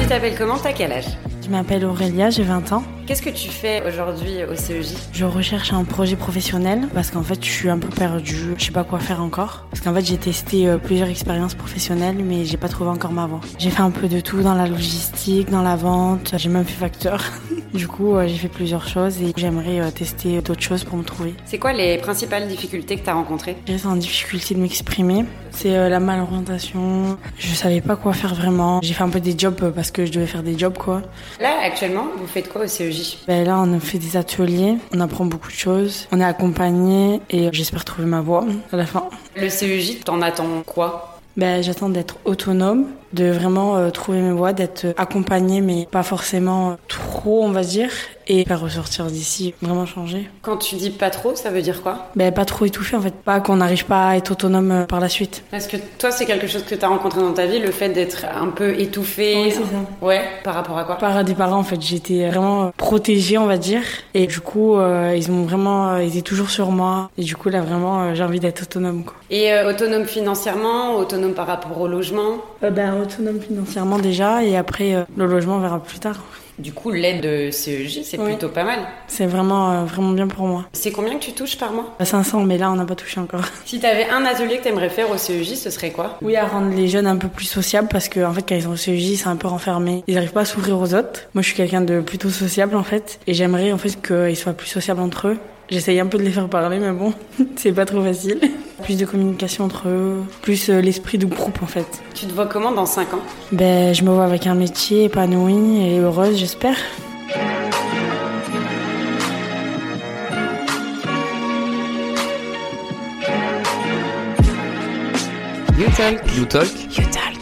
Tu t'appelles comment T'as quel âge Je m'appelle Aurélia, j'ai 20 ans. Qu'est-ce que tu fais aujourd'hui au E CEJ Je recherche un projet professionnel parce qu'en fait, je suis un peu perdue. Je sais pas quoi faire encore. Parce qu'en fait, j'ai testé euh, plusieurs expériences professionnelles, mais j'ai pas trouvé encore ma voie. J'ai fait un peu de tout dans la logistique, dans la vente. J'ai même fait facteur. du coup, euh, j'ai fait plusieurs choses et j'aimerais euh, tester d'autres choses pour me trouver. C'est quoi les principales difficultés que t'as rencontrées J'ai en difficulté de m'exprimer. C'est euh, la malorientation. Je savais pas quoi faire vraiment. J'ai fait un peu des jobs euh, parce que je devais faire des jobs, quoi. Là, actuellement, vous faites quoi au E CEJ Ben là, on fait des ateliers, on apprend beaucoup de choses, on est accompagné et j'espère trouver ma voie à la fin. Le CEJ, t'en attends quoi Ben, j'attends d'être autonome, de vraiment euh, trouver mes voies, d'être accompagné, mais pas forcément euh, trop, on va dire, et faire ressortir d'ici, vraiment changer. Quand tu dis pas trop, ça veut dire quoi Ben, pas trop étouffé en fait, pas qu'on n'arrive pas à être autonome euh, par la suite. Parce que toi, c'est quelque chose que t'as rencontré dans ta vie, le fait d'être un peu étouffé. Oui, c'est ça. Ouais, par rapport à quoi Par des parents, en fait, j'étais vraiment euh, protégée, on va dire. Et du coup, euh, ils m'ont vraiment, euh, ils étaient toujours sur moi. Et du coup, là, vraiment, euh, j'ai envie d'être autonome, quoi. Et euh, autonome financièrement, autonome par rapport au logement ben, autonome financièrement déjà, et après, euh, le logement, on verra plus tard. Du coup, l'aide de CEJ, c'est Oui. plutôt pas mal. C'est vraiment, euh, vraiment bien pour moi. C'est combien que tu touches par mois À 500, mais là, on n'a pas touché encore. Si t'avais un atelier que t'aimerais faire au CEJ, ce serait quoi Oui, à rendre les jeunes un peu plus sociables parce que en fait, quand ils sont au CEJ, c'est un peu renfermé. Ils n'arrivent pas à s'ouvrir aux autres. Moi, je suis quelqu'un de plutôt sociable en fait, et j'aimerais en fait qu'ils soient plus sociables entre eux. J'essaye un peu de les faire parler, mais bon, c'est pas trop facile. Plus de communication entre eux, plus euh, l'esprit de groupe en fait. Tu te vois comment dans 5 ans Ben, je me vois avec un métier épanoui et heureuse, j'espère. You Talk You Talk You talk.